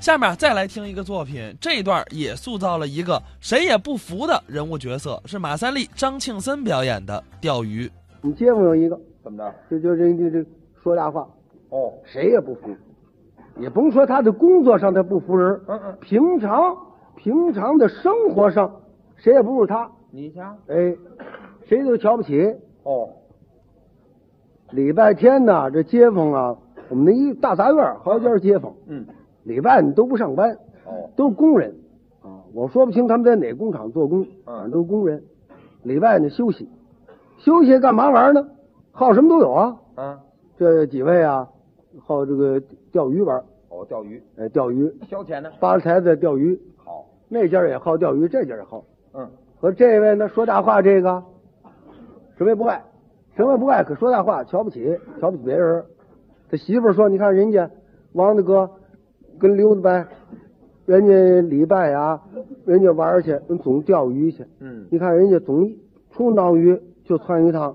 下面再来听一个作品，这一段也塑造了一个谁也不服的人物角色，是马三立、张庆森表演的钓鱼。我们街坊有一个，怎么着？就就这这这说大话，哦，谁也不服，也甭说他的工作上他不服人，嗯嗯平常平常的生活上谁也不如他，你瞧，哎，谁都瞧不起。哦，礼拜天呐，这街坊啊，我们那一大杂院儿好几家街坊，嗯，礼拜你都不上班，哦，都是工人啊。我说不清他们在哪工厂做嗯工，反正都是工人。礼拜呢休息，休息干嘛玩呢？好什么都有啊。啊，这几位啊，好这个钓鱼玩，哦，钓鱼呃，钓鱼，消遣呢？扒着台子钓鱼。好，那家也好钓鱼，这家也好。嗯，和这位呢，说大话这个，什么也不爱，什么也不爱，可说大话，瞧不起，瞧不起别人。他媳妇儿说：“你看人家王大哥跟溜达呗，人家礼拜啊，人家玩儿去，人总钓鱼去。嗯你看人家总出闹鱼就窜鱼塘，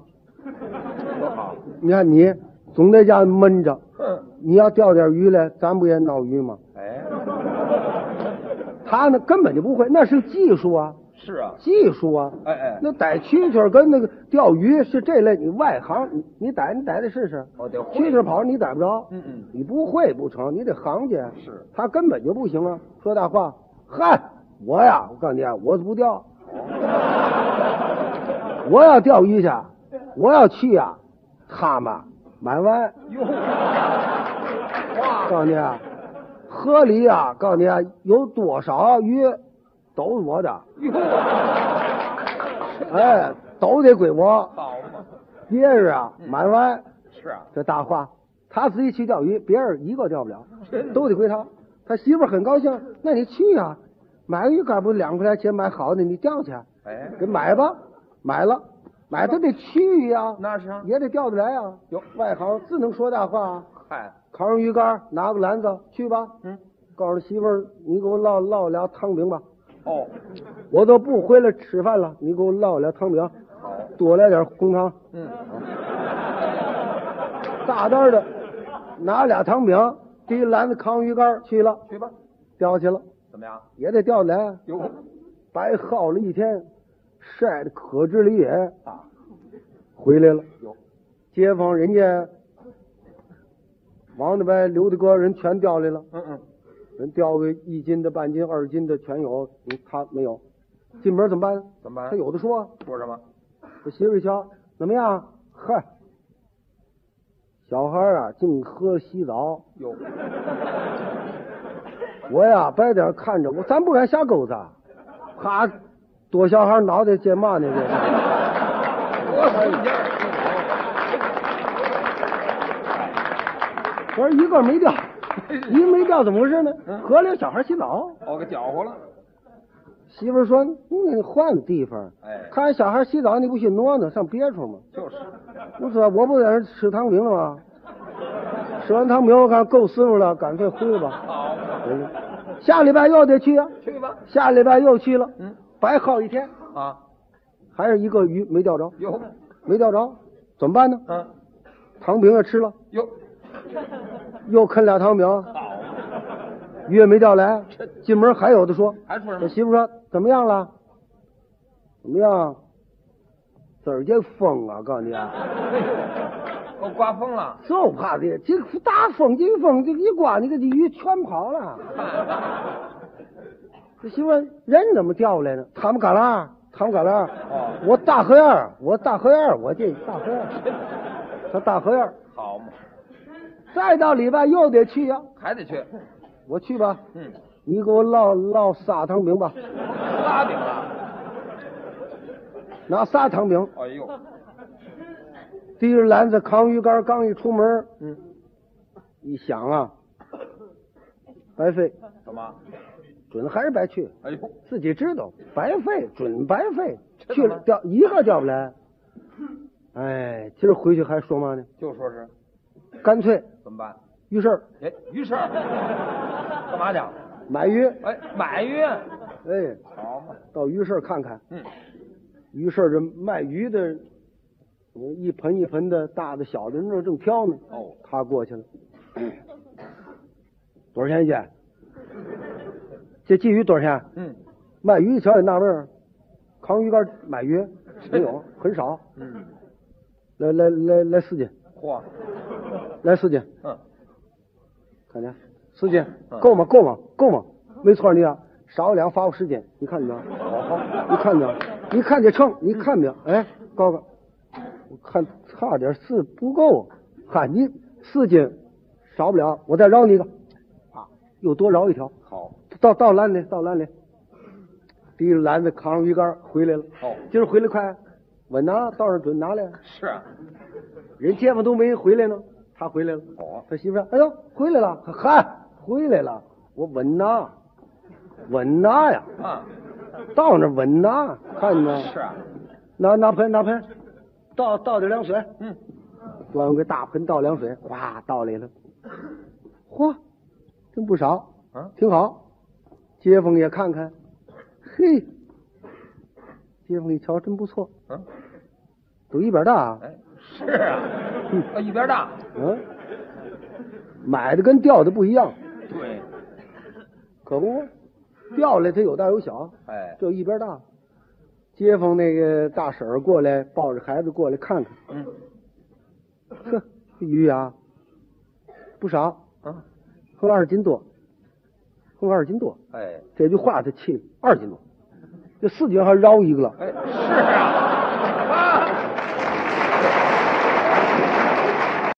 多好，你看你总在家闷着，哼，你要钓点鱼来，咱不也闹鱼吗？哎，他呢根本就不会，那是技术啊，是啊，技术啊。哎哎，那逮蛐蛐儿跟那个钓鱼是这类，你外行，你你逮你逮逮试试。哦得会蛐蛐儿跑你逮不着，嗯嗯你不会不成，你得行家。是，他根本就不行啊，说大话。嗨，我呀，我告诉你啊，我不 钓，我要钓鱼去，我要去呀、他妈满湾。哟，告诉你啊，河里啊，告诉你啊，有多少鱼都是我的，哎，都得归我。好嘛，别人啊，满湾是啊，这大话，他自己去钓鱼，别人一个钓不了真，都得归他。他媳妇儿很高兴，那你去啊，买个鱼竿不两块来钱买好的，你钓去，哎，给买吧，买了，买他得去呀、那是啊，也得钓得来啊。有外行自能说大话啊，嗨，扛上鱼竿，拿个篮子去吧，嗯，告诉媳妇儿，你给我烙烙俩汤饼吧，哦，我都不回来吃饭了，你给我烙俩汤饼，好，多来点红糖。嗯，大袋儿的，拿俩糖饼，提篮子扛鱼竿儿去了，去吧，钓去了，怎么样？也得钓来，哟，白耗了一天，晒得可知里也，啊，回来了。有，街坊人家王大伯、刘大哥人全钓来了，嗯嗯，人钓个一斤的、半斤、二斤的全有，嗯他没有。进门怎么办？怎么办他？有的说啊，说什么？我媳妇一瞧，怎么样？嗨，小孩儿啊，净喝洗澡。有，我呀，白点看着我，咱不敢瞎勾搭，啪，躲小孩脑袋见嘛呢？这多少一件儿？是，我说一个没掉，一个没掉，怎么回事呢？嗯河里有小孩洗澡，哦，给搅和了，媳妇儿说：“嗯你换个地方，哎，看人小孩洗澡，你不去挪挪，上别处吗就是，？”我说：“我不在那儿吃汤饼了吗？吃完汤饼，我看够师傅了，干脆回吧。好，下礼拜又得去啊，去吧，下礼拜又去了，嗯，白耗一天，啊，还是一个鱼没钓着，有，没钓着，怎么办呢？啊，糖饼也吃了。”有，又啃俩汤饼，鱼也没钓来。进门还有的说，还说什我么？媳妇说怎么样了？怎么样？今儿这风啊，告诉你啊，我哎刮风了。就怕这这个大风，这个风这个一刮，你个这鱼全跑了。这媳妇说人怎么钓过来呢？他们旮旯，他们旮旯，哦，我大河沿儿，我大河沿儿，我这大河沿儿，他大河沿儿。好嘛，再到礼拜又得去呀、还得去。我去吧，嗯，你给我烙烙仨汤饼吧。拉饼啊！拿仨糖饼，哎呦，提着篮子扛鱼竿，刚一出门，嗯，一想啊，白费，怎么？准还是白去，哎呦，自己知道，白费，准白费，真去的吗了钓一个钓不来。哎，今儿回去还说嘛呢？就说是干脆怎么办？遇事儿哎，于 是干嘛去？买鱼，哎，买鱼。哎，好嘛，到鱼市看看。嗯，鱼市这卖鱼的，嗯一盆一盆的，大的小的，那正挑呢。哦，他过去了，多少钱一斤？这鲫鱼多少钱？啊嗯卖鱼一条也纳闷儿，扛鱼竿买鱼没有，很少。嗯，来来来来四斤，嚯，来四斤，嗯，看见？四斤嗯够吗？够吗？够吗？没错，你啊，少了两罚我十斤，你看见没有？你看见没有？你看这秤，你看没有？哎，高高，我看差点四不够，哈，你四斤少不了，我再饶你一个，啊，又多饶一条。好，到到篮里，到篮里，提着篮子扛着鱼竿回来了。哦，今儿回来快，稳拿，到那儿准拿来。是啊，人街坊都没回来呢，他回来了。哦，他媳妇说：“哎呦，回来了，嗨，回来了，我稳拿，稳拿呀，啊，到那儿稳拿，看见没？是啊，拿拿盆，拿盆，倒倒点凉水，嗯，端个大盆倒凉水，哗倒里了，嚯，真不少，啊，挺好。街坊也看看，嘿，街坊一瞧真不错，嗯，都一边大啊，哎，是啊，啊，一边大，嗯，买的跟钓的不一样，对，可不，钓来它有大有小，哎，这一边大。街坊那个大婶儿过来，抱着孩子过来看看，嗯，呵，这鱼啊，不少，啊，横二斤多，横二斤多。哎，这句话他气了二斤多，这四斤还饶一个了。哎，是啊。